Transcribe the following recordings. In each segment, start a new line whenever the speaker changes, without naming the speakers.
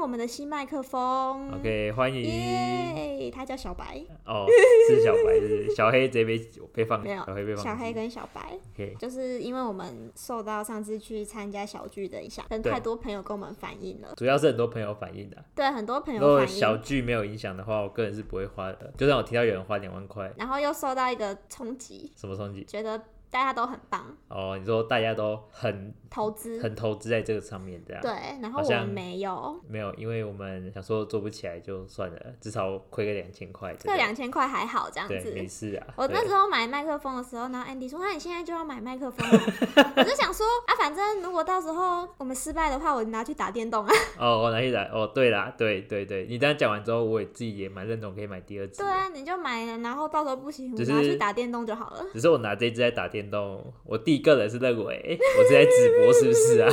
我们的新麦克风。
OK，欢迎。
耶，他叫小白，
哦，是小白，是小黑直接被被放，
没有
嗯小黑被放。
小黑跟小白，
OK，
就是因为我们受到上次去参加小聚的影响，跟
对
太多朋友跟我们反映了，
主要是很多朋友反映的啊、
对，很多朋
如
友
果
反
小
映，
剧没有影响的话，我个人是不会花的。就算我听到有人花两万块，
然后又受到一个冲击，
什么冲击？
觉得大家都很棒，
哦，你说大家都很
投资，
很投资在这个上面，这
嗯
样
对，然后
好
我
像
们没有。
没有，因为我们想说做不起来就算了，至少亏个两千块
这
这种，
两千块还好这样
对没
子。
事啊。
我那
对
时候买麦克风的时候，然后 Andy 说：“啊那你现在就要买麦克风了。” 我就想说啊，反正如果到时候我们失败的话，我拿去打电动啊。
哦，我拿去打哦，对啦，对对对，你这样讲完之后，我也自己也蛮认同可以买第二支
对
的。
啊，你就买了，然后到时候不行，我
只是
拿去打电动就好了。
只是我拿这一支在打电动，我第一个人是认为，诶我是在直播是不是啊？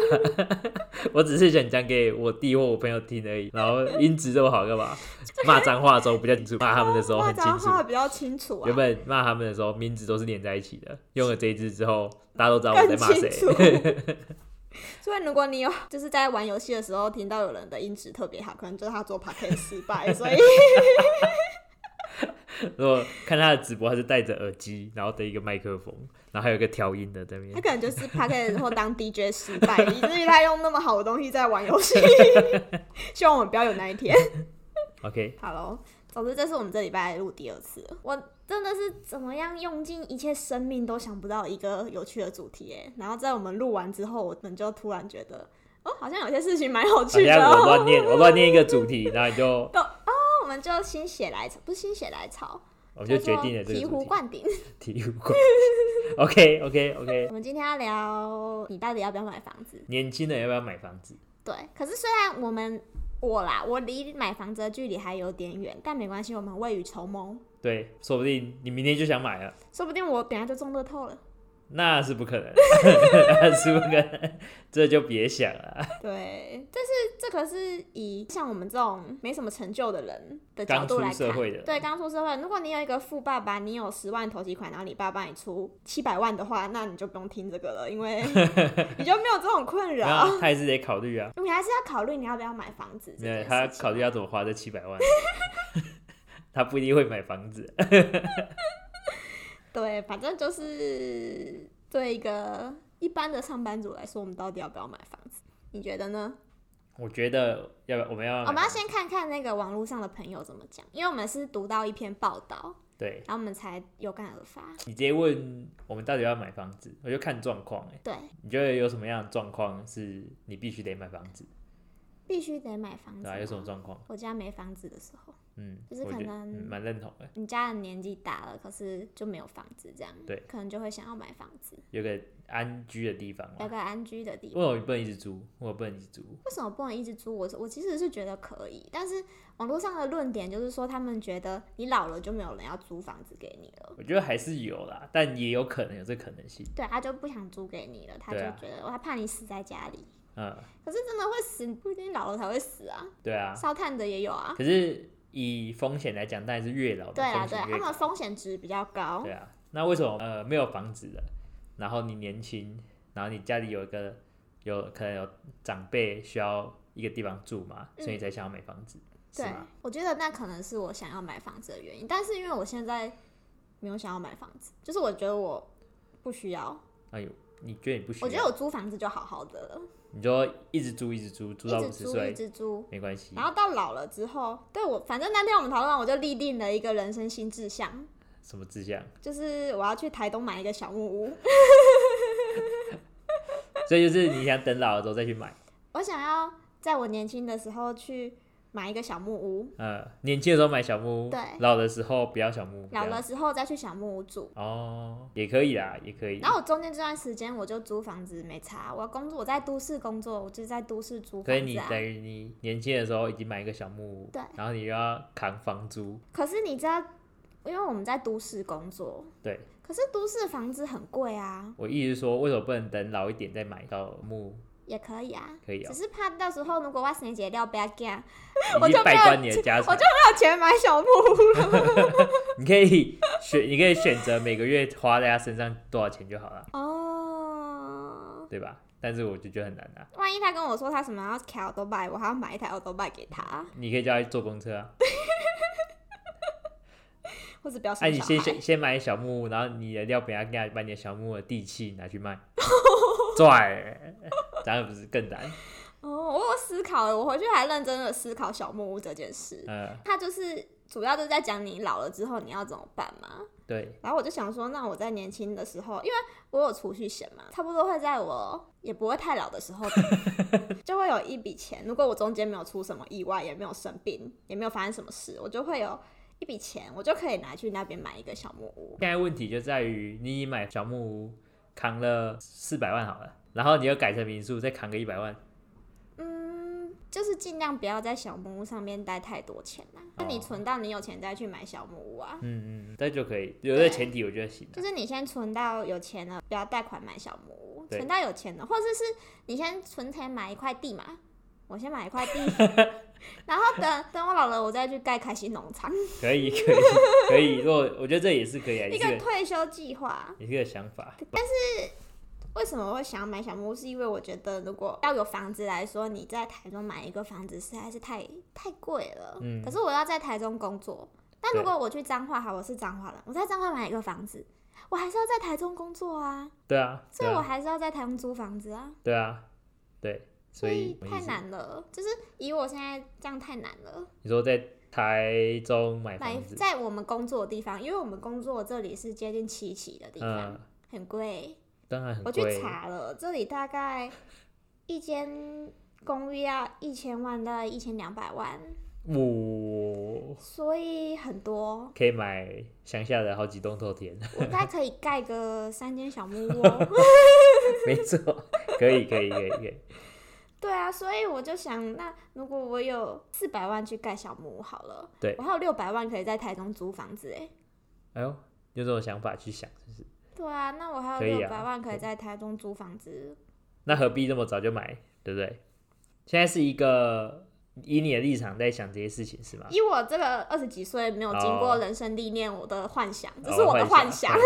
我只是想讲给我弟或我朋友听而已，然后音质这么好干嘛？骂脏话的时候比较清楚，骂他们的时候
哇，
很清
讲
楚。
话比较清楚啊
原，本骂他们的时候名字都是连在一起的，用了这一支之后，大家都知道我在
更
骂
清
谁。
楚。所以如果你有就是在玩游戏的时候听到有人的音质特别好，可能就是他做 p a r 失败， 所以
如果看他的直播，他是戴着耳机，然后的一个麦克风，然后还有一个调音的在那
他
边。
可能就是 p a r 或当 DJ 失败，以至于他用那么好的东西在玩游 戏。希望我们不要有那一天。
OK，
好喽，总之这是我们这礼拜录第二次了。我真的是怎么样用尽一切生命都想不到一个有趣的主题哎。然后在我们录完之后，我们就突然觉得，哦，好像有些事情蛮有
好
趣的、
像 我
哦。
乱念，我乱念一个主题，然后你就
都哦，我们就心血来潮，不是心血来潮，
我
我
们就决定了这个
醍
主
醐
题。
灌顶。
醍醐 灌 OK OK OK，
我们今天要聊你到底要不要买房子？
年轻人要不要买房子？
对，可是虽然我们我啦，我离买房子的距离还有点远，但没关系，我们未雨绸缪，
对，说不定你明天就想买了，
说不定我等一下就中乐透了。
那是不可能， 那是不可能，这就别想了。
对，但是这可是以像我们这种没什么成就的人的角
刚
度
出
来看，
社会的人
对，刚出社会，如果你有一个富爸爸，你有十万投期款，然后你爸帮你出七百万的话，那你就不用听这个了，因 为你就没有这种困
然
扰。
后他也是得考虑啊，
你还是要考虑你要不要买房啊子这
那
件
他
事情。啊
考虑要怎么花这七百万， 他不一定会买房子。
对，反正就是对一个一般的上班族来说，我们到底要不要买房子？你觉得呢？
我觉得要不要我们要
我们
买
要先看看那个网络上的朋友怎么讲，因为我们是读到一篇报道，
对
然后我们才有感而发。
你直接问我们到底要不要买房子，我就看状况哎，
对，
你觉得有什么样的状况是你必须得买房子，
必须得买房
对
子
吧、
吗。
有什么状况？
我家没房子的时候，
嗯，
就是
我
可
觉得
能
嗯蛮、认同的。
你家人年纪大了，可是就没有房子，这样
对
可能就会想要买房子，
有个安居的地方
有
嘛。
个安居的地
为
方。
什么不能一直租？为什么不能一直租？
为什么不能一直租？我我其实是觉得可以，但是网络上的论点就是说，他们觉得你老了就没有人要租房子给你了，
我觉得还是有啦，但也有可能有这可能性。
对，啊他就不想租给你了，他就
对啊
觉得、我他怕你死在家里。
嗯，
可是真的会死，不一定老了才会死啊，
对啊。
烧炭的也有啊。
可是以风险来讲，当然是越老的
对啊，
风
对
险
啊，他
越
们
高。
的风险值比较高。
对啊，那为什么呃没有房子的，然后你年轻，然后你家里有一个有可能有长辈需要一个地方住嘛，所以你才想要买房子，
嗯
是
对
吗？，
我觉得那可能是我想要买房子的原因，但是因为我现在没有想要买房子，就是我觉得我不需要，
哎呦，你觉得你不需要？
我觉得我租房子就好好的了，
你就一直租一直租，租到
一
五
直
十
租一
岁嗯
直租，
没关系
然。后到老了之后，对我反正那天我们讨论完，我就立定了一个人生新志向，
什么志向？
就是我要去台东买一个小木屋，
所以就是你想等老了之后再去买。
我想要在我年轻的时候去买一个小木屋，
呃，年轻的时候买小木屋，
对
老的时候不要小木屋，
老
不
了
要
之后再去小木屋住。
哦，也可以啦，也可以
然。后我中间这段时间我就租房子没差，我工作我在都市工作，我就在都市租
所以
房
你
子啊。
等于你年轻的时候已经买一个小木屋，
对
然后你又要扛房租，
可是你知道，因为我们在都市工作，
对
可是都市房子很贵啊，
我意思是说，为什么不能等老一点再买到木屋？
也可以啊。
可以啊
只，是怕到时候如果我谁姐料不要 干， 我
已
就
经
没
败
有
光你的 家
我
产
就，没有钱买小木屋了。
你可以选，你可以选择每个月花在他身上多少钱就好了，
哦，
对吧？但是我就觉得很难啊。
万一他跟我说他什么要开 auto bike，我还要买一台 auto bike 给他，
你可以叫他坐公车啊，
或者不要
哎、
生
你
小
先
孩。
先先买小木屋，然后你的料饼要给他把你的小木屋的地契拿去卖， 拽，当然不是更难，
哦，我有思考了，我回去还认真的思考小木屋这件事。
呃，
他就是主要就是在讲你老了之后你要怎么办嘛。
对，
然后我就想说，那我在年轻的时候，因为我有储蓄险嘛，差不多会在我也不会太老的时候，就会有一笔钱。如果我中间没有出什么意外，也没有生病，也没有发生什么事，我就会有一笔钱，我就可以拿去那边买一个小木屋。
现在问题就在于你买小木屋扛了四百万好了，然后你又改成民宿，再扛个一百万，
嗯，就是尽量不要在小木屋上面待太多钱啦。那、你存到你有钱再去买小木屋啊。
嗯嗯，这就可以，有这个前提我觉得行、啊
就是你先存到有钱了，不要贷款买小木屋，
对
存到有钱了，或者是你先存钱买一块地嘛，我先买一 块地，然后等等我老了，我再去盖开心农场，
可 以可以可以，如果我觉得这也是可以啊，也
一
是个
个退休计划。
也是个想法，
为什么会想要买小木屋？是因为我觉得如果要有房子来说，你在台中买一个房子实在是太太贵了。
嗯
可是我要在台中工作，但
对
如果我去彰化，好，我是彰化人，我在彰化买一个房子，我还是要在台中工作啊，
对啊，
所
对
以我
啊，
还是要在台中租房子啊。
对啊，对，所
所
以
以嗯太。
什么意思
难了，就是以我现在这样太难了。
你说在台中买
买
房子，
在我们工作的地方，因为我们工作这里是接近七期的地方，
嗯，
很贵。
当然很
我
贵。
去查了，这里大概一间公寓要一千万到一千两百万，
我
所以很 多。
可以买乡下的好几栋透田，
我大概可以盖个三间小木屋哦。
没错，可以可以可以可以，
对啊，所以我就想，那如果我有四百万去盖小木屋好了，
对
我还有六百万可以在台中租房子哎。
哎呦，有这种想法去想，是不是？
对啊，那我还有
可以
六百
啊
万可以在台中租房子，
那何必这么早就买，对不对？现在是一个以你的立场在想这些事情是吗？
以我这个二十几岁没有经过
啊哦
人生历练，我的幻想，这
哦
是我的
幻
幻
想
想。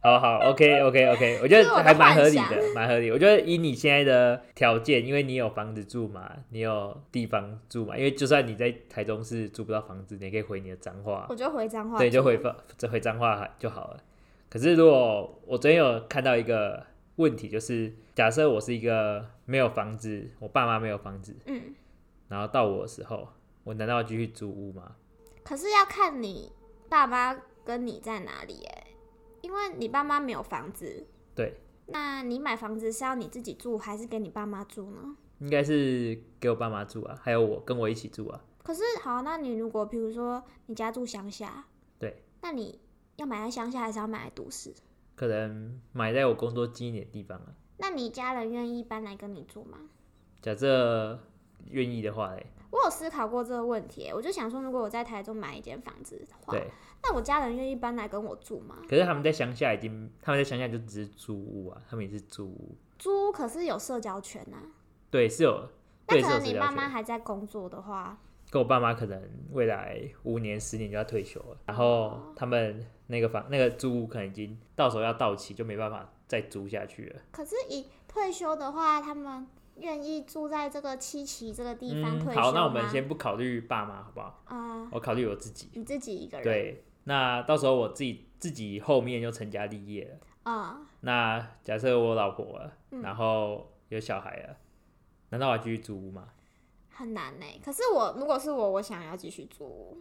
好好，OK OK OK，我觉
这是
得
我的
还蛮合理
幻
的，蛮合理。我觉得以你现在的条件，因为你有房子住嘛，你有地方住嘛，因为就算你在台中市租不到房子，你也可以回你的彰化，
我就回彰化，
对，就回放就回彰化就好了。可是如果我昨天有看到一个问题，就是假设我是一个没有房子，我爸妈没有房子，
嗯，
然后到我的时候，我难道要继续租屋吗？
可是要看你爸妈跟你在哪里哎，因为你爸妈没有房子，
对，
那你买房子是要你自己住还是给你爸妈住呢？
应该是给我爸妈住啊，还有我跟我一起住啊。
可是好，那你如果比如说你家住乡下，
对，
那你要买在乡下还是要买在都市？
可能买在我工作近一点的地方啊。
那你家人愿意搬来跟你住吗？
假设愿意的话嘞，
我有思考过这个问题，我就想说，如果我在台中买一间房子的话，
对。
那我家人愿意搬来跟我住吗？
可是他们在乡下已经，他们在乡下就只是租屋啊，他们也是租屋。
租可是有社交圈啊，
对，是有，
那
对，
可
是有
能
社
你
交
爸
圈。
妈还在工作的话，
跟我爸妈可能未来五年、十年就要退休了，然后
哦
他们那个房、那个租屋可能已经到时候要到期，就没办法再租下去了。
可是以退休的话，他们愿意住在这个七期这个地方
嗯，
退休吗？
好，那我们先不考虑爸妈，好不好？
啊、
我考虑我自己。
你自己一个人，，
对，那到时候我自己自己后面就成家立业了。
啊、
那假设我老婆了，
嗯
然后有小孩了，难道我要继续租屋吗？
很难呢、可是我如果是我，我想要继续住，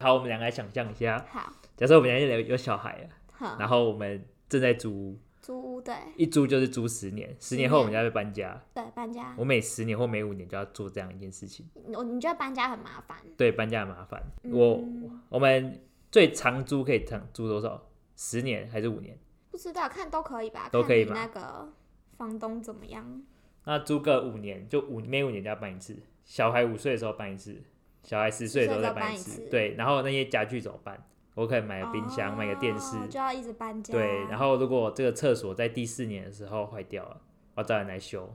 好，我们两个来想象一下，
好，
假设我们两个有有小孩了，
好，
然后我们正在租屋，
租屋对
一租就是租十年，十年
年
后我们就要搬家。
对，搬家，
我每十年或每五年就要做这样一件事情，
我你觉得搬家很麻烦？
对搬家很麻烦。
嗯
我我们最长租可以长租多少？十年还是五年？
不知道，看都可以吧，
都可以
看你
吧
那个房东怎么样？
那租个五年，就五每五年就要搬一次。小孩五岁的时候搬一次，小孩十岁的时候再搬一
十岁的时候搬一
次。
次
对，然后那些家具怎么办？我可以买个冰箱，
哦
买个电视。
就要一直搬家。
对，然后如果这个厕所在第四年的时候坏掉了，我找人来修，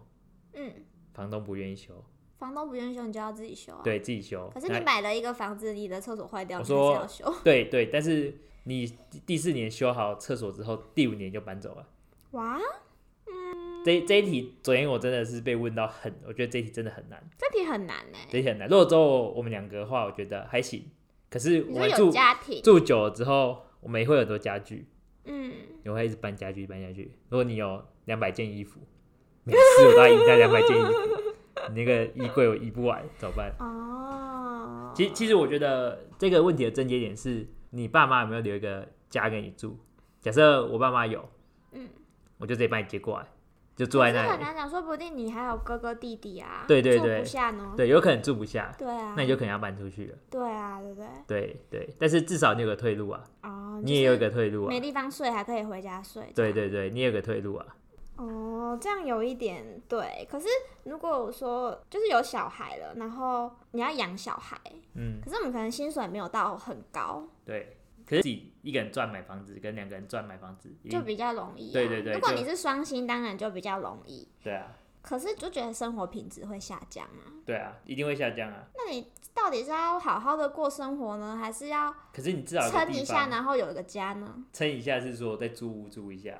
嗯，
房东不愿意修，
房东不愿意修，你就要自己修啊。。
对自己修。
哦可是
那
你买了一个房子，你的厕所坏掉，
我
你还是
说
要修。
对对，但是你第四年修好厕所之后，第五年就搬走了。
哇，
这这一题，昨天我真的是被问到很，我觉得这一题真的很难，
这题很难欸呢、
这一题很难。如果只有我们两个的话，我觉得还行。可是
你
我
说
们
有
住
家庭，
住久了之后，我们也会有很多家具，
嗯，
你会一直搬家具搬家具。如果你有两百件衣服，每次我都要移那两百件衣服，你那个衣柜我移不完，怎么办？
哦，
其其实我觉得这个问题的症结点是你爸妈有没有留一个家给你住？假设我爸妈有，
嗯，
我就直接把你接过来，就住
可
在
是
那
很
里。
难讲，说不定你还有哥哥弟弟啊，
对对
住
对
不下呢，
对，有可能住不下，
对啊，
那你就可能要搬出去了。
对啊，对不对？
对对，但是至少你有个退路啊，
哦，
你也有一
就是
个退路啊
没。地方睡，还可以回家睡，
对，对对，你也有个退路啊。
哦，这样有一点对。可是如果我说就是有小孩了，然后你要养小孩，
嗯，
可是我们可能薪水没有到很高，
对。可是自己一个人赚买房子跟两个人赚买房子，一
就
定
比较容易啊、
嗯对对对
如果
就
你是双薪，当然就比较容易。
对啊，
可是就觉得生活品质会下降啊。
对啊，一定会下降啊。
那你到底是要好好的过生活呢，还是要
可是你至少有个
撑
地
一下，
方，
然后有一个家呢？
撑一下是说再租屋租一下，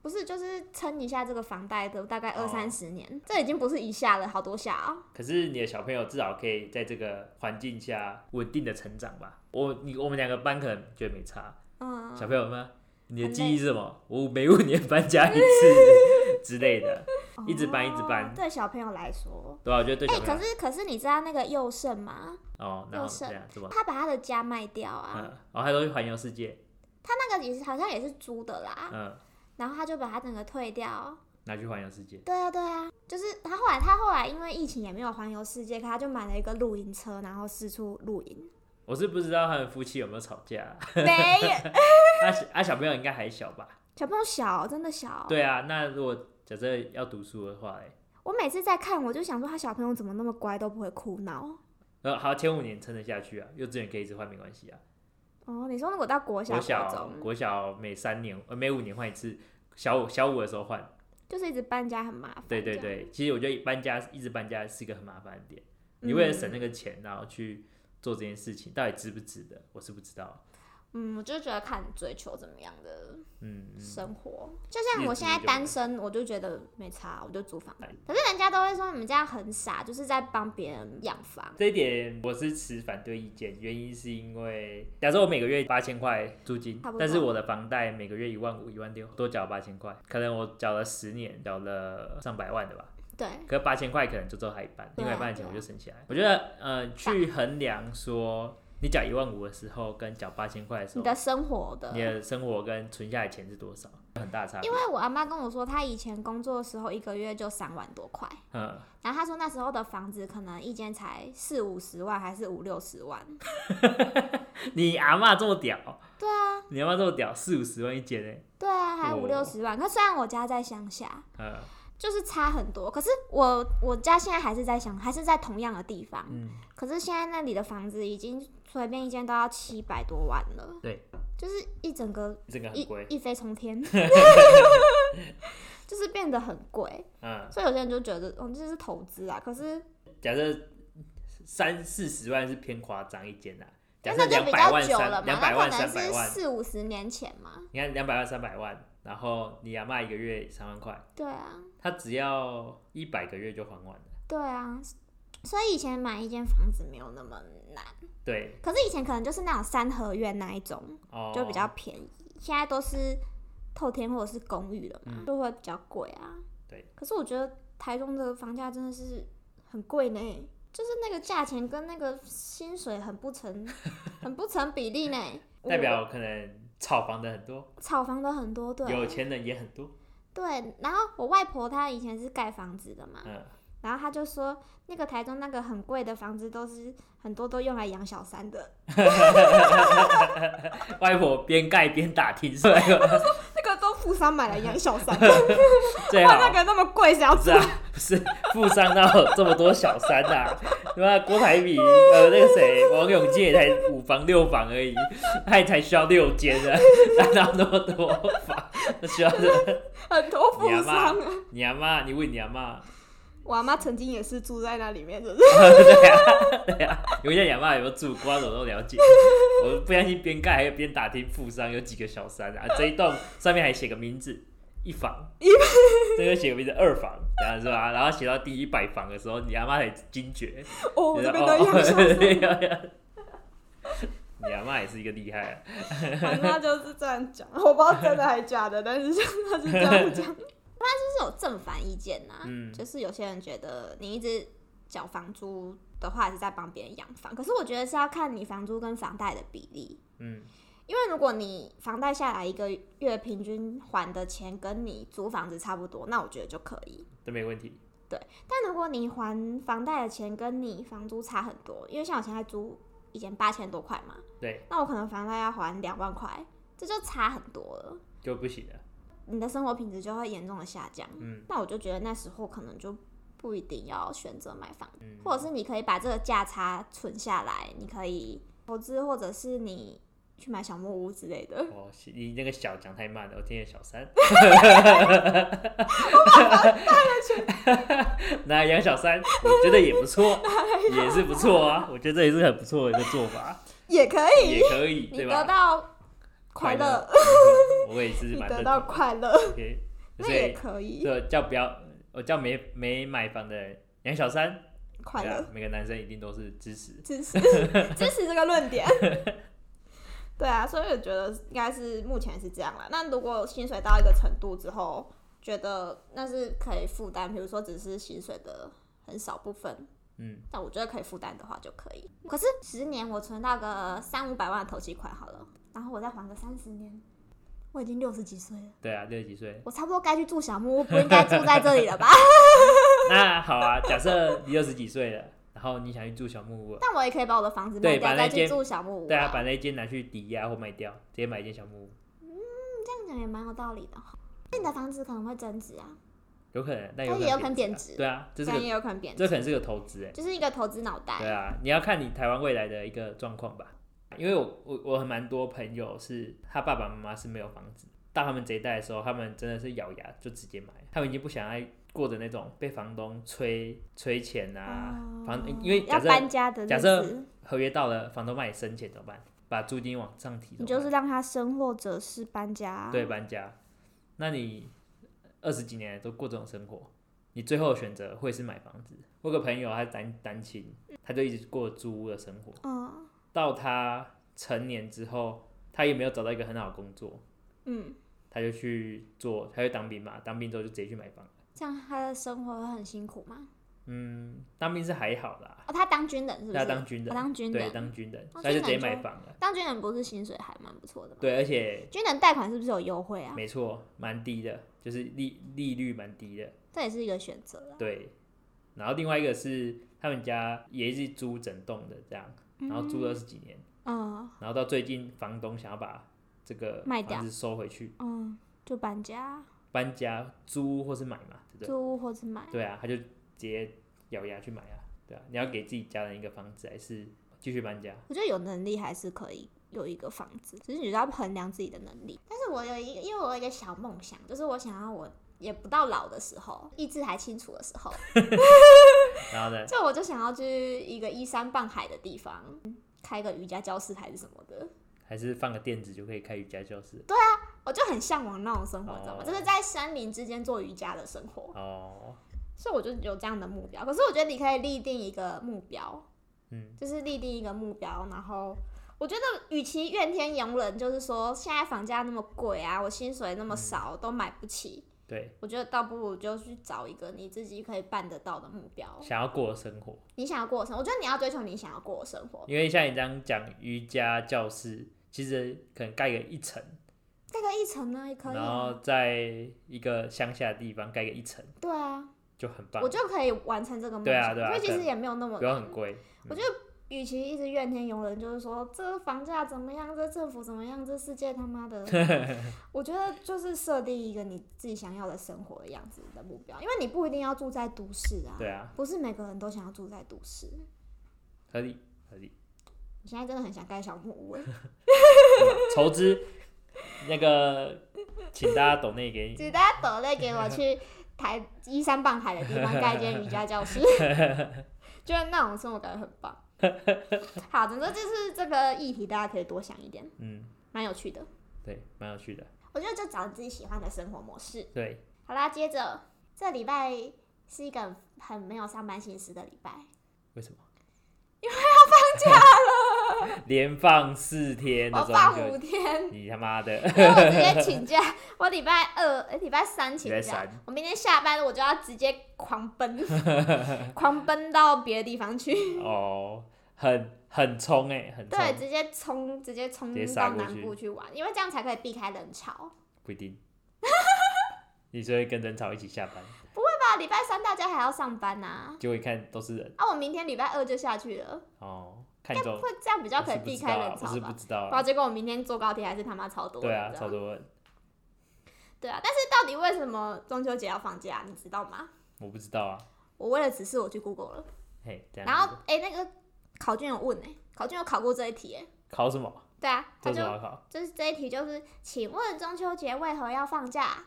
不是，就是撑一下这个房贷的大概
哦
二三十年，这已经不是一下了，好多下啊、
可是你的小朋友至少可以在这个环境下稳定的成长吧。我你我们两个班可能觉得没差，
嗯，
小朋友们，你的
很
记
累
忆是 什么？我每五年搬家一次 之类的， 一直搬一直搬
哦对小朋友来说，
对吧、我觉得对
哎、
小朋友、
可是可是你知道那个佑胜吗？
哦，然后
又是
这样是吧？
他把他的家卖掉
嗯，
啊，
然后他都去环游世界，
他那个也是好像也是租的啦，
嗯，
然后他就把他整个退掉。
拿去环游世界，
对啊，对啊，就是他后来他后来因为疫情也没有环游世界，可他就买了一个露营车，然后四处露 营。
我是不知道他们夫妻有没有吵架、啊，
没有，
啊小啊小朋友应该还小吧？
小朋友小，真的小。
对啊，那如果假设要读书的话、欸，
我每次在看，我就想说他小朋友怎么那么乖，都不会哭闹。
呃，好，前五年撑得下去啊，幼稚园可以一直换没关系啊。
哦，你说如果到国小、
国
国
小
中，
国小每三年呃每五年换一次，小五小五的时候换。
就是一直搬家很麻烦。
对对
这样，
对，其实我觉得搬家一直搬家是一个很麻烦的点。你为了省
嗯
那个钱，然后去做这件事情，到底值不值得？我是不知道。
嗯，我就觉得看你追求怎么样的
嗯，嗯
生活。就像我现在单身，我就觉得没差，我就租房
哎。
可是人家都会说你们这样很傻，就是在帮别人养房。
这一点我是持反对意见，原因是因为假设我每个月八千块租金
差不，多
但是我的房贷每个月一万五、一万六，多缴八千块，可能我缴了十年，缴了上百万的吧。
对，
可八千块可能就只有他一半，
对
另
啊
外一半的钱我就省起来。我觉得，呃，去衡量说你缴一万五的时候跟缴八千块的时
你
候，
的生活
哦你
的。
的生活跟存下来的钱是多少，很大差别
因。为我阿妈跟我说，她以前工作的时候一个月就三万多块，
嗯，
然后她说那时候的房子可能一间才四五十万，还是五六十万。
你阿嬷这么屌，
对啊，
你阿嬷这么屌，四五十万一间呢、
对啊，还五
哦
六十万。可虽然我家在乡下，
呃，
就是差很多。可是我我家现在还是在想，还是在同样的地方。
嗯
可是现在那里的房子已经随便一间都要七百多万了。
对，
就是一整个
这个
一
很贵。
一飞冲 天， 就是变得很贵。
嗯，
所以有些人就觉得，哦，这是投资啊。可是
假设三四十万是偏夸张一间啦、假
但
设
那就
两
比
百
较
万
久了
三
嘛，
两百
那可
万
能
三百
是
万，
四五十年前嘛。
你看两百万三百万，然后你阿嬷一个月三万块，
对啊，
她只要一百个月就还完了。
对啊。所以以前买一间房子没有那么难，
对，
可是以前可能就是那种三合院那一种，
哦，
就比较便宜。现在都是透天或者是公寓了嘛，
嗯
就会比较贵啊。
对。
可是我觉得台中的房价真的是很贵呢，就是那个价钱跟那个薪水很不 成很不成比例呢。
代表可能炒房的很多，
我炒房的很多，嗯对，
有钱人也很多。
对。然后我外婆她以前是盖房子的嘛，
嗯，
然后她就说那个台中那个很贵的房子都是很多都用来养小三 的，
外婆边盖边打听，所以
那个都富商买来养小三，
最好
那个那么贵谁要
不
住
是啊， 不是富商到这么多小三啊，对吧？郭台铭呃那个谁王永健也才五房六房而已，他也才需要六间啊，哪有那么多房？那需要的，
很多富
你阿妈
商啊。，
你阿妈，你问你阿妈，
我阿妈曾经也是住在那里面的，
对啊，对啊，有一下亚妈有没有住过，我都了解。我不相信边盖还有边打听富商有几个小三啊，这一栋上面还写个名字，一房，这个写名字二房，这样是吧？然后写到第一百房的时候，你阿妈才惊觉，
哦，我
觉
这边
得哦
都一 样笑死，
哦 你阿妈也是一个厉害、啊，
反正他就是这样讲，我不知道真的还假的，但是就是他是这样 讲。他就是有正反意见呐、
嗯
就是有些人觉得你一直缴房租的话，是在帮别人养房，可是我觉得是要看你房租跟房贷的比例。
嗯
因为如果你房贷下来一个月平均还的钱跟你租房子差不多，那我觉得就可以。
都没问题。
但如果你还房贷的钱跟你房租差很多，因为像我现在租以前八千多块嘛，
对，
那我可能房贷要还两万块，这就差很多了，
就不行了。
你的生活品质就会严重的下降。
嗯
那我就觉得那时候可能就不一定要选择买房，
嗯，
或者是你可以把这个价差存下来，你可以投资，或者是你去买小木屋之类的。
哦，你那个小讲太慢了，我听见小三。 那养小三，我觉得也 不错，也是不错啊。我觉得这也是很不错的一个做法，
也可以，
也可以，
你
对
得
吧？
到快
乐
乐，，
我也是
你
蛮
得
认
到
同的。
快乐，
OK，
那
所
也
以
可以
这叫不要，我叫没没买房的人养小三，
快
对
乐
啊。，每个男生一定都是支持。
支 持支持这个论点。 对啊，所以我觉得应该是目前是这样啦。那如果薪水到一个程度之后，觉得那是可以负担，比如说只是薪水的很少部分，
嗯，
但我觉得可以负担的话就可以。可是十年我存到个三五百万的头期款好了，然后我再还个三十年，我已经六十几岁了，
对啊，六十几岁。
我差不多该去住小木屋，不应该住在这里了吧？
那好啊，假设你二十几岁了，然后你想去住小木屋了，
但我也可以把我的房子卖
对把
掉，
那
再去
间
住小木屋、
对啊，把那间拿去抵押或卖掉，直接买一间小木屋，
这样讲也蛮有道理的哈。那你的房子可能会增值啊，
有可能，那
它
有
也有可能
可能
贬
啊
值
对啊，这是
但
个
也有可能贬值，
这可能是个投资哎、
就是一个投资脑袋。
对啊，你要看你台湾未来的一个状况吧，因为我我我很蛮多朋友是他爸爸妈妈是没有房子，到他们这一代的时候，他们真的是咬牙就直接买，他们已经不想要过着那种被房东催催钱啊，房因为
哦要
假设
搬家的日子，
假设合约到了，房东帮你申请怎么办？把租金往上提，怎
你
么
就是
办
让他生或者是搬家、啊。
对，搬家，那你二十几年来都过这种生活，你最后的选择会是买房子。我有个朋友，他单单亲，他就一直过租屋的生活，
嗯
到他成年之后，他也没有找到一个很好的工作，
嗯，
他就去做，他就当兵嘛，当兵之后就直接去买房。
这样他的生活会很辛苦吗？
嗯，当兵是还好啦，
哦，他当军人是不是？
他当军
哦
人，
当军
对，
人，
当军人，
哦
所以他
军
就直接
人
买
就
房了。
当军人不是薪水还蛮不错的吗？
对，而且
军人贷款是不是有优惠啊？
没错，蛮低的，就是利利率蛮低的。
这也是一个选择啊啦。
对，然后另外一个是他们家也是租整栋的这样，然后租了二十几年，
嗯
然后到最近房东想要把这个
卖
房
掉
子收回去，
嗯，就搬家、
搬家租或是买嘛，对不对？
租屋或者买。
对啊，他就直接咬牙去买啊，对啊，你要给自己家人一个房子，还是继续搬家？
我觉得有能力还是可以有一个房子，只是你要衡量自己的能力。但是我有一个，因为我有一个小梦想，就是我想要我也不到老的时候，意志还清楚的 时候，
然后呢，
就我就想要去一个依山傍海的地方，开个瑜伽教室还是什么的，
还是放个垫子就可以开瑜伽教室
我就很向往那种生活，
哦
你知道吗？就是在山林之间做瑜伽的生活，
哦，
所以我就有这样的目标。可是我觉得你可以立定一个目标，
嗯，
就是立定一个目标，然后我觉得与其怨天尤人，就是说现在房价那么贵啊，我薪水那么少、都买不起，
对，
我觉得倒不如就去找一个你自己可以办得到的目标。
想要过的生活。
你想要过的生活，我觉得你要追求你想要过的生活，
因为像你这样讲瑜伽教室，其实可能盖个一层，
这个一层呢也可以、
然后
啊，
在一个乡下的地方盖个一层
对啊，
就很棒
我，就可以完成这个梦
对啊
想，
对啊
所以其
对啊
实也没有那么
不用很贵。
我觉得，与其一直怨天尤人，就是说这个房价怎么样，这政府怎么样，这世界他妈的，我觉得就是设定一个你自己想要的生活的样子的目标，因为你不一定要住在都市啊，
对啊，
不是每个人都想要住在都市。
合理合理，
我现在真的很想盖小木屋欸，
筹资那个，请大家抖内给你，
请大家抖泪给我去 台依山傍海的地方盖一间瑜伽教室，就是那种生活感觉很棒。好，总之就是这个议题，大家可以多想一点，
嗯，
蛮有趣的。
对，蛮有趣的。
我觉得就找你自己喜欢的生活模式。
对，
好啦，接着这礼拜是一个很很没有上班心思的礼拜，
为什么？因为要放 假了，连放四天的
我
中秋
放五
节，
天，
你他妈的！
因为我直接请假，我礼拜二、诶礼拜三请
礼拜
假
三，
我明天下班我就要直接狂奔， 狂奔到别的地方去，
哦，很很冲哎、很冲，
对，直接冲，直接冲
直接杀
到
过
南
去
部去玩，因为这样才可以避开人潮。
不一定。 你就会跟人潮一起下班，
那礼拜三大家还要上班呐、
结果一看都是人
啊，我明天礼拜二就下去了，
哦，看中
会这样比较可以
我是不
避
知
开
道啊
人
我
潮
是不
吧？
知道
然后
啊，
结果我明天坐高铁还是他妈超多人
对
的，
啊，超多人，
对啊，但是到底为什么中秋节要放假，你知道吗？
我不知道啊，
我为了此事我去 Google 了，
嘿，这样子。
然后哎、那个考卷有问哎、考卷有考过这一题哎、
考什么？
对啊，他
做什
就
么好考？
就是这一题就是，请问中秋节为何要放假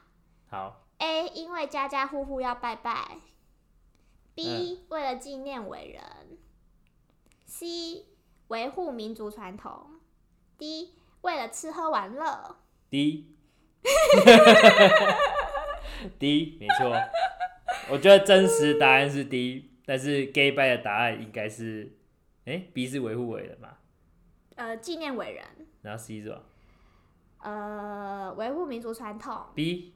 好，
？A. 因为家家户户要拜拜。B.
嗯
为了纪念伟人。C. 维护民族传统。D. 为了吃喝玩乐。
第一， 第一，没错。我觉得真实答案是 D，但是 gay bye 的答案应该是，哎、b 是维护伟人嘛，
呃，纪念伟人。
然后 C 是吧
呃，维护民族传统。
？B，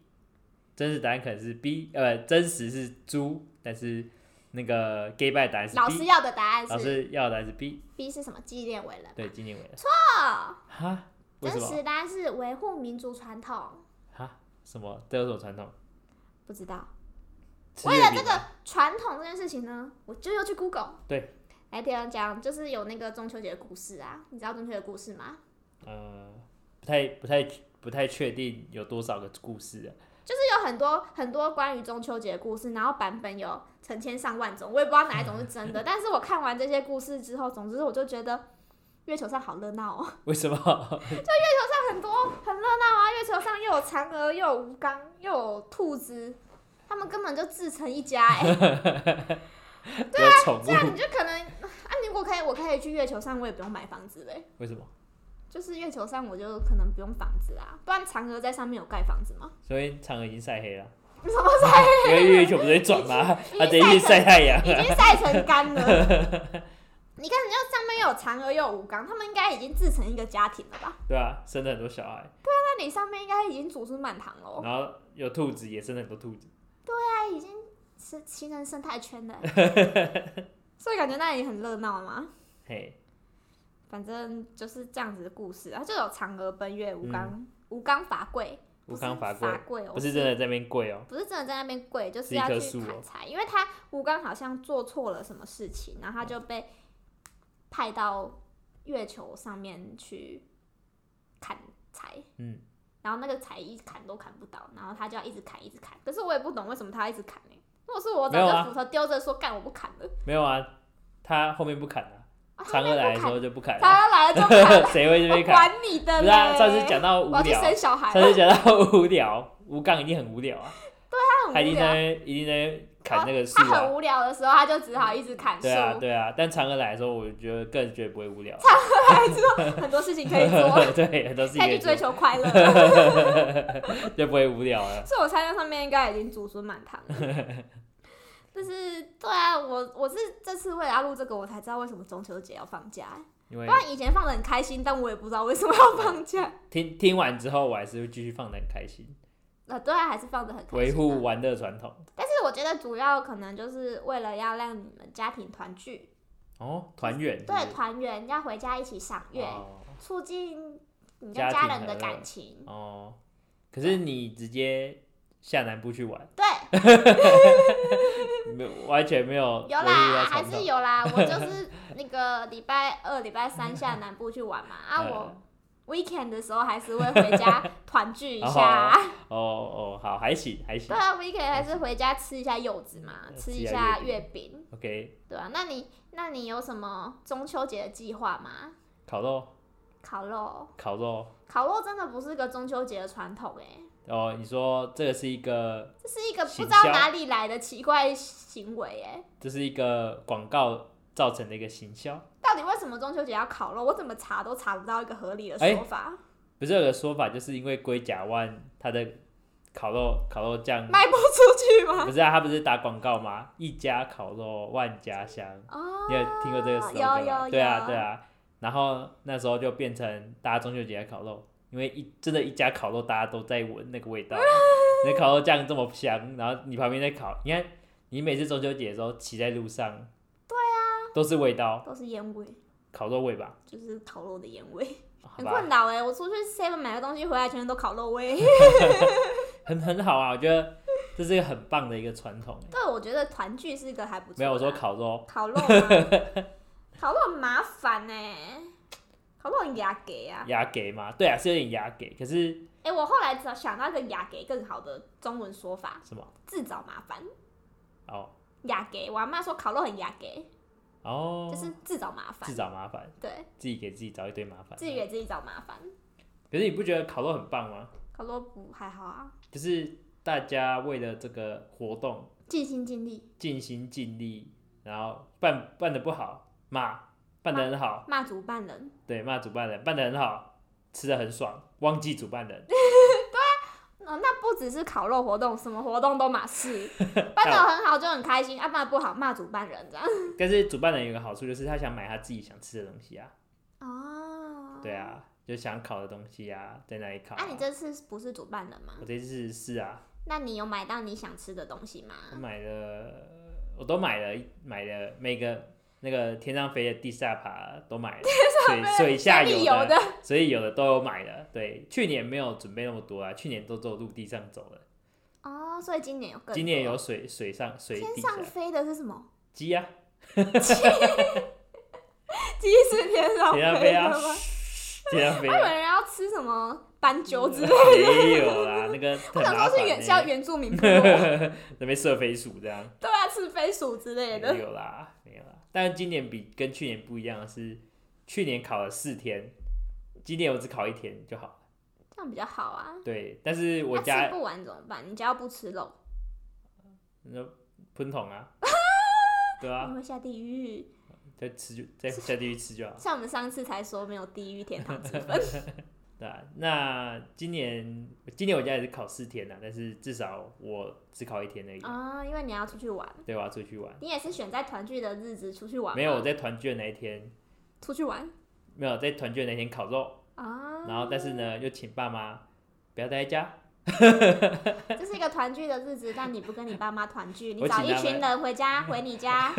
真实答案可能是 B，呃，真实是猪，但是那个 gay bye 的答案是
老师
B，
要的答案
老
是
师要的答案是 B，
B 是什么？纪念伟人。
对，纪念伟人。
错，
哈？为什
真
么？
实答案是维护民族传统。
哈？什么？这有什么传统？
不知道。
吃
为了
月
这
饼
个传统这件事情呢，我就又去 Google。
对，
来听人讲，就是有那个中秋节的故事啊，你知道中秋节的故事吗？
呃，不太不太不太确定有多少个故事啊。
就是有很多很多关于中秋节的故事，然后版本有成千上万种，我也不知道哪一种是 真的。但是我看完这些故事之后，总之我就觉得月球上好热闹哦，
为什么？
很多很热闹啊！月球上又有嫦娥，又有吴刚，又有兔子，他们根本就自成一家哎、
有宠
啊这样
物？
你就可能啊，如果可以，我可以去月球上，我也不用买房子嘞、
为什么？
就是月球上我就可能不用房子啦，不然嫦娥在上面有盖房子 吗？
所以嫦娥已经晒黑了，
什么晒？
因为月球不是会转吗？
经
它直接去晒太阳
已。经晒成干了。你看，你就上面又有嫦娥又有吴刚，他们应该已经自成一个家庭了吧？
对啊，生了很多小孩，
那你上面应该已经祖孙满堂喽，
然后有兔子，也生了很多兔子。
它已经是形成生态圈了。所以感觉那里很热闹嘛。
嘿，
反正就是这样子的故事啊，就有嫦娥奔月、吴
嗯
刚、吴刚伐桂、
吴刚
伐
伐
桂
桂
哦，
不是真的在那边跪哦。
不是真的在那边跪，就是
是一
要
棵
去
树哦
砍柴，因为他吴刚好像做错了什么事情，然后他就被派到月球上面去砍柴，
嗯，
然后那个柴一砍都砍不到，然后他就要一直砍一直砍，可是我也不懂为什么他要一直砍呢、欸如果是我，我
没
早
有
就
啊
斧头丢着说干我不砍了，
没有啊，它后面不砍了，
啊
嫦娥来的时候就不砍了，
他来了就 砍，
谁会这
我
边砍？
管你的
不
嘞！
是啊，上次讲到无
我要去
聊，
生小孩，
上次讲到无聊，吴刚一定很无聊啊。
他很
他一
无
定在
聊，
那
哦
边一定在那边砍那个树
他
啊
很。无聊的时候，他就只好一直砍树
对，啊，对啊，但嫦娥来的时候，我觉得个人觉得不会无聊，
很多事情 可以做，
对，很多事情
可
可
以
以
去追
做，
求快 乐。
就不会无聊了。
所以我猜那上面应该已经祖孙满堂 了。但是，对啊，我我是这次为了要录这个，我才知道为什么中秋节要放假、欸
因
不
为
然以前放的很开心，但我也不知道为什么要放假。
听听完之后，我还是会继续放的很开心，
呃，对啊，还是放的很开心、
维护。玩乐传统。
但是我觉得主要可能就是为了要让你们家庭团聚，
哦，团圆是不是
对团圆，要回家一起赏月，
哦
促进你跟
家
家
庭
人的
和乐
感情。
哦，可是你直接下南部去玩，
对，
没有完全没哦有维
有
护
啦，
到
还
传
是
统。
有 啦。我就是那个礼拜二、礼拜三下南部去玩嘛，啊，我
嗯
weekend 的时候还是会回家团聚 一下、
哦哦，好，还行还行
对啊，weekend 还是回家吃一下柚子嘛，
嗯
吃
吃
一
一
下
下
月
月
饼，
，OK，
对啊，那你那你有什么中秋节的计划吗？
烤肉
烤肉，
烤肉
烤肉真的不是个中秋节的传统哎、
哦，你说这个是一个
这是一个不知
行
道
销
哪里来的奇怪行为哎、
这是一个广告造成的一个行销。哎
到底为什么中秋节要烤肉？我怎么查都查不到一个合理的说法。
不是有个说法，就是因为龟甲湾它的烤肉烤肉酱
卖不出去吗？
不是啊，他不是打广告吗？一家烤肉万家香，
哦，
你有听过这个 s
有
l o
有有，
对啊，对啊。然后那时候就变成大家中秋节来烤肉，因为一真的一家烤肉，大家都在闻那个味 道，那烤肉酱这么香，然后你旁边在烤，你看你每次中秋节的时候骑在路上，对啊，都是味道，
都是烟味，
烤肉味吧？
就是烤肉的烟味，
好
很
吧
困，扰哎。我出去 seven 买个东西回来，全部都烤肉 味。
很很好啊，我觉得这是一个很棒的一个传统。
对，我觉得团聚是一个还不错的啊。
没有，我说烤肉，
烤肉吗， 烤肉很麻烦呢、烤肉很牙给啊。
牙给嘛，对啊，是有点牙给，可是
哎、我后来找想到一个牙给更好的中文说法，
什么？
自找麻烦。
哦
牙给，我阿妈说烤肉很牙给，
哦，
就是自找麻烦
自。找麻烦，
对，
自己给自己找一堆麻烦。
自己给自己找麻烦。
可是你不觉得烤肉很棒吗？
烤肉不还好啊，
就是大家为了这个活动
尽心尽力，
尽心尽力，然后办办的不好骂，办的很好，
骂主办人。
对，骂主办人，办的很好，吃的很爽，忘记主办人，
哦，那不只是烤肉活动，什么活动都马 事，办的很好就很开心，啊，办的不好骂主办人这样。
但是主办人有个好处就是他想买他自己想吃的东西啊，
哦，
对。啊，就想烤的东西啊，在那里烤、
那、你这次不是主办人吗
我？这次是啊，
那你有买到你想吃的东西吗？
我买了，我都买了，买了每个那个天上飞的、地下爬都买了，水水下
水里
游
游的
所以有的都有买了。对，去年没有准备那么多啊，去年都走陆地上走了，
哦，所以今年有更多
今年有水水上水
天
底下
上飞的是什么？
鸡啊，
鸡是天上
天上
飞
飞
的
啊
吗？，
天上飞
还有
啊，
人要吃什么斑鸠之类的？
没有啦，那个
我
很
想
麻
说是
烦
远像
欸。
原住民部 落，
那边射飞鼠这样，
对啊，吃飞鼠之类的
没。有啦，没有啦。但是今年比跟去年不一样的是，去年考了四天，今年我只考一天就好了。
这样比较好啊。
对，但是我
那
家
吃不完怎么办？你家要不吃肉，
那喷桶 啊，对
你
啊，
会下地狱。
再吃就再下地狱吃就好。
像我们上次才说没有地狱天堂之分，
对啊，那今年今年我家也是考四天啊啦，但是至少我只考一天而已。
啊、因为你要出去玩，
对，我要出去玩。
你也是选在团聚的日子出去玩吗，
没有，我在团聚的那一天，
出去玩
没有在团聚的那一天烤肉，
啊。
然后但是呢，又请爸妈不要待在家，
这是一个团聚的日子，但你不跟你爸妈团聚，你
我请
找
他
一群人回家回你 家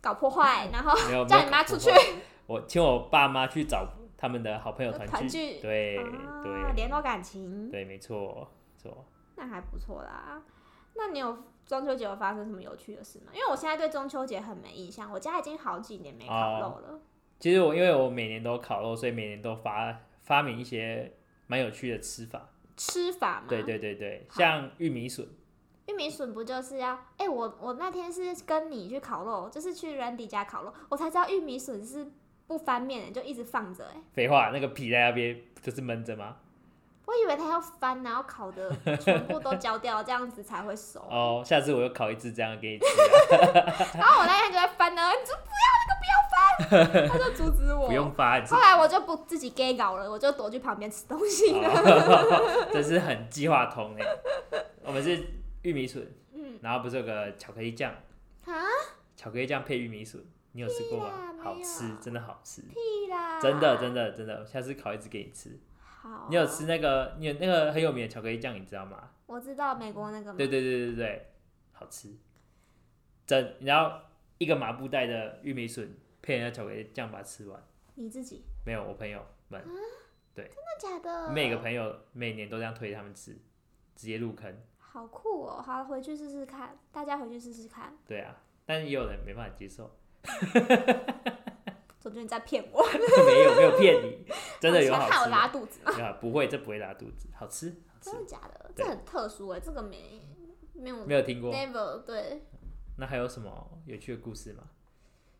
搞破坏，然后
没有
叫你妈出去。
没有我请我爸妈去找他们的好朋友团
团聚
对、
啊
对
联络感情，
对，没错，没错。
那还不错啦。那你有中秋节有发生什么有趣的事吗？因为我现在对中秋节很没印象，我家已经好几年没
哦
烤肉了。
其实我因为我每年都烤肉，所以每年都发发明一些蛮有趣的吃法。
吃法嘛，
对对对对，
好
像玉米笋，
玉米笋不就是要？哎、我我那天是跟你去烤肉，就是去 Randy 家烤肉，我才知道玉米笋是不翻面的，就一直放着、哎，
废话，那个皮在那边就是闷着吗？
我以为它要翻，然后烤的全部都焦掉，这样子才会熟。
哦，下次我又烤一只这样给你吃 啊、
然后我那天就在翻呢，你说不要那 个不要翻，他就阻止我。
不用发，你 是
后来我就不自己 gay 搞了，我就躲去旁边吃东西了。
哦真是很计划通哎。我们是玉米笋，
嗯，
然后不是有个巧克力酱，
啊，
巧克力酱配玉米笋，你有吃过
屁啦
吗
没？有
好吃，真的好吃，
屁啊啦！
真的真的真的，下次烤一只给你吃。
好。
你有吃？那个你有那个很有名的巧克力酱，你知道吗？
我知道美国那个吗
对对对对对，好吃。整然后一个麻布袋的玉米笋配那巧克力酱把它吃完，
你自己？
没有我朋友们，
真的假的？
每个朋友每年都这样推他们吃，直接入坑。
好酷哦！好，回去试试看，大家回去试试看。
对啊，但也有人没办法接受，
总觉得你在骗我，
没有没有骗你， 真的有
想
好
看我
吃
拉肚子吗？
的，啊不会这不会拉肚子，好吃好
真
吃，
的假的？这
对
很特殊哎，这个没没有
没有听过。
never 对
那还有什么有趣的故事吗？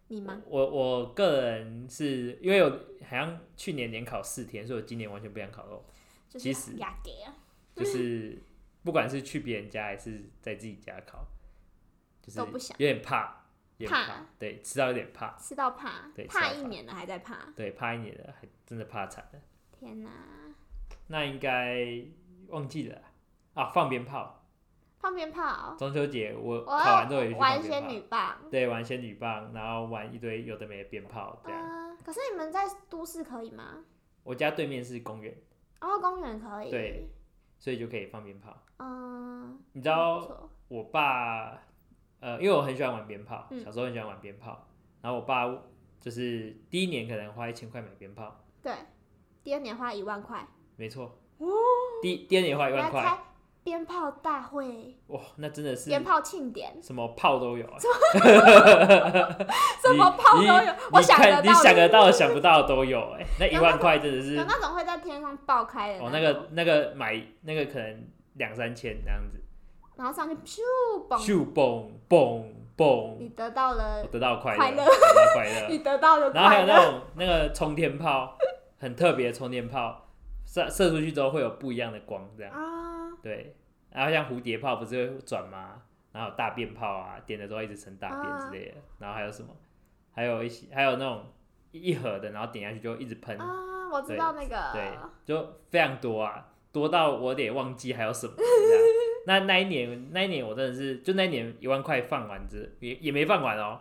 你吗？
我我个人是因为我好像去年连考四天，所以我今年完全不想烤肉。
就
其
是
实
雅给啊，
就是不管是去别人家还是在自己家烤，就是
都不想
有点怕，有点
怕
怕，对，吃到有点怕，
吃到怕
对，吃到
怕
怕
一年了还在怕，
对，怕一年了，还真的怕惨了。
天哪！
那应该忘记了啊，放鞭炮。
放鞭炮，
中秋节我
我
考完之后也
要
去放
玩
鞭
仙
炮
女，棒。
对，玩仙女棒，然后玩一堆有的没的鞭炮这样。
嗯，可是你们在都市可以吗？
我家对面是公园，
然后公园可以。
对。所以就可以放鞭炮。
嗯，
你知
不
道
错
我爸，呃，因为我很喜欢玩鞭炮，
嗯
小时候很喜欢玩鞭炮，然后我爸就是第一年可能花一千块买鞭炮，
对，第二年花一万块，
没错，
哦
第第二年花一
我
万
要
块，
开鞭炮大会、
哇，那真的是
鞭炮庆典，
什么炮都有、啊，
什么炮都
你
有
你，
我想
看
得
你
到
想
的。
得到、想不到的都有、哎，那一万块真的是
有，那种会在天上爆开的，
哦，那个那个买那个可能两三千这样子，
然后上去咻嘣，
咻嘣嘣
你
嘣，
得到了
我，得到快乐，
快乐
得到快乐，
你得到了
然后
快
还有
乐，
那种那个冲天炮，很特别的冲天炮，射射出去之后会有不一样的光，这样
啊，
对。然后像蝴蝶炮不是会转吗？然后有大便炮啊，点的时候一直升大便之
啊
类的。然后还有什么？还有一些还有那种一一盒的，然后点下去就一直喷，
啊，我知道那个，
对，就非常多啊，多到我得忘记还有什么这样。那那一年那一年我真的是，就那一年一万块放完之也也没放完哦，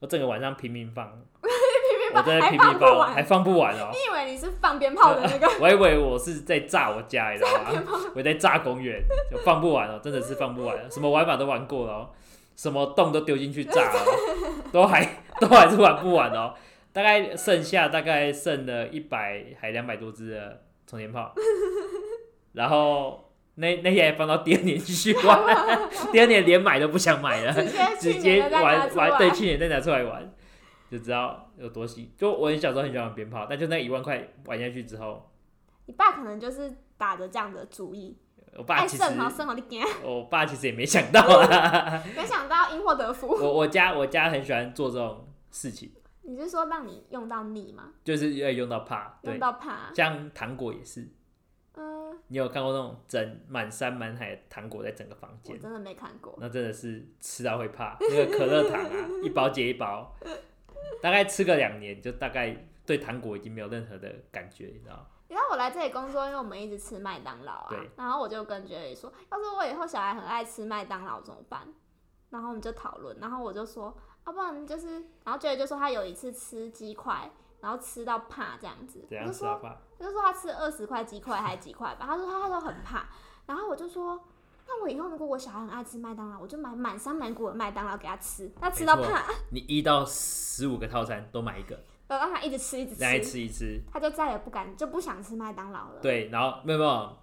我整个晚上拼命放，
拼命
我
放
真的
还
拼
放
命
不
放，还
完。
放不完哦
你。以为你是放鞭炮的那个？
我以为我是在炸我家，你知道吗？我在炸公园，就放不完哦，真的是放不完，什么玩法都玩过了哦，什么洞都丢进去炸了哦，都还都还是玩不完哦。大概剩下大概剩了一百还两百多只的充电炮，然后那那些还放到第二年继续 玩，第二年连买都不想买了，
直接
直
去
接
年的再拿
玩
出来
玩，对，去年再拿出来玩，就知道有多喜。就我很小时候很喜欢玩鞭炮，但就那一万块玩下去之后，
你爸可能就是打着这样的主意，
我爸
爱
其实
胜好胜好的 点，
我爸其实也没想 到啊。
没想到因祸得福。
我我家我家很喜欢做这种事情，
你是说让你用到腻吗？
就是要用到怕，对
用，到怕？
像糖果也是，
嗯，
你有看过那种整满山满海的糖果在整个房
我
间，
真的没看过。
那真的是吃到会怕。那个可乐糖啊，一包接一包，大概吃个两年，就大概对糖果已经没有任何的感觉，你知道吗？
你知道我来这里工作，因为我们一直吃麦当劳啊
对。
然后我就跟杰瑞说，要是我以后小孩很爱吃麦当劳怎么办？然后我们就讨论，然后我就说，要、不然就是，然后杰瑞就说他有一次吃鸡块，然后吃到怕这样子，
怎
我
样
就
吃
说
到怕？
他就说他吃二十块鸡块还是几块吧，他说他都很怕，然后我就说，那我以后如果我小孩很爱吃麦当劳，我就买满山满谷的麦当劳给他吃，他吃到
没错
怕，
你一到十五个套餐都买一个，
然后让他一直吃一直
来
吃，
吃一吃，
他就再也不敢就不想吃麦当劳了。
对，然后没有没有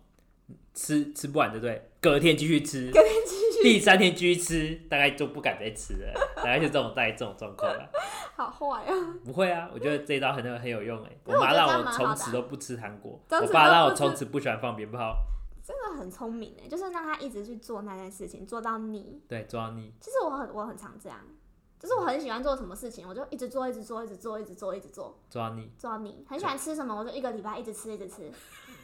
吃吃不完，对不对？隔天继续吃，隔天继续，第三天继续吃，大概就不敢再吃了，大概就这种大概这种状况了。
好坏啊！
不会啊，我觉得这一招很有很有用哎、
那
我
我觉
妈
得
让
这样
我
蛮
从
好的
此
啊
都不吃糖果，
从
我
此
爸
都
让
不
我从
吃
此不喜欢放鞭炮，
真的很聪明哎，就是让他一直去做那件事情，做到腻。
对，抓你。
其实我很我很常这样，就是我很喜欢做什么事情，我就一直做，一直做，一直做，一直做，一直做，
抓你，
做到腻。很喜欢吃什么，我就一个礼拜一直吃，一直 吃，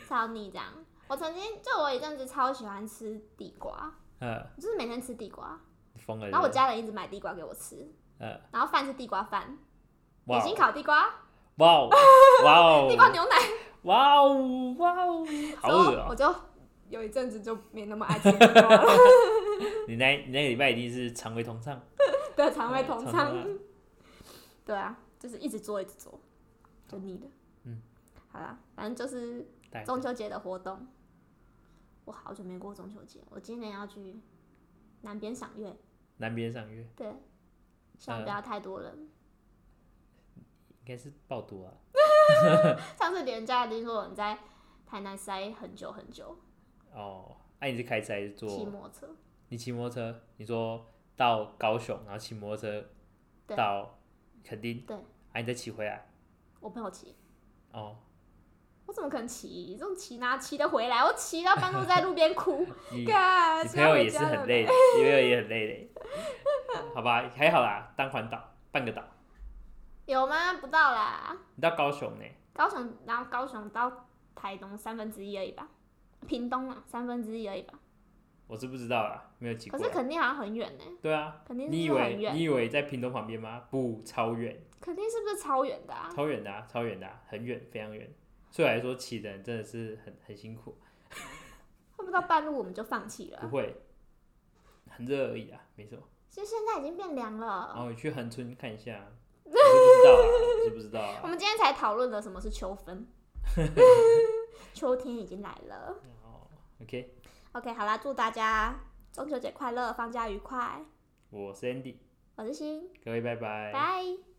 吃到腻这样。我曾经就我有一阵子超喜欢吃地瓜，
呃，
就是每天吃地瓜，
疯了是不是。
然后我家人一直买地瓜给我吃，
呃，
然后饭是地瓜饭，
哇
已
哦
经烤地瓜、
哇哦哇
地瓜
哦
牛奶，
哇哦哇哦，好恶
之后我
哦！
就有一阵子就没那么爱吃地瓜了，
你那你那个礼拜一定是肠胃通畅，
对，肠胃通
肠
畅
胃。
对啊，就是一直做一直做，就腻了。
嗯，
好啦，反正就是
大概
中秋节的活动。我好久没过中秋节，我今年要去南边赏月，
南边赏月
对，希望不要太多人。
应该是爆多啊，嗯
上次别人家已经说我们在台南塞很久很久，
哦，哎、你是开车还是坐？
骑摩托车，
你骑摩托车，你说到高雄，然后骑摩托车
对
到垦丁，
对，
啊，你再骑回来，
我朋友骑，
哦，
我怎么可能骑？这种骑哪骑得回来？我骑到半路在路边哭，
你
干，
你
骑
朋
到
友
回
也是
家了
很累的，你朋友也很累嘞，好吧，还好啦，当环岛半个岛，
有吗？不到啦，
你到高雄呢，
高雄，然后高雄到台东三分之一而已吧，屏东啊三分之一而已吧。
我是不知道啦，没有骑
可
过
是
啦，
肯定好像很远呢、
对啊，
肯定
你以
是不是很
为
远，
你以为在屏东旁边吗？不，超远，
肯定是不是超远的啊？
超远的、啊，超远的、啊，很远，非常远，对我来说，骑的人真的是很很辛苦，
会不会到半路我们就放弃
不
了？啊
会很热而已啊，没什么。
其实现在已经变凉了
然。后你去横村看一下， 我是不知道啊，我是不知道
我
啊。
们今天才讨论了什么是秋分， 秋天已经来了。
哦，OK，
OK，好啦，祝大家中秋节快乐，放假愉快。
我是 Andy，
我是欣，
各位拜拜
拜。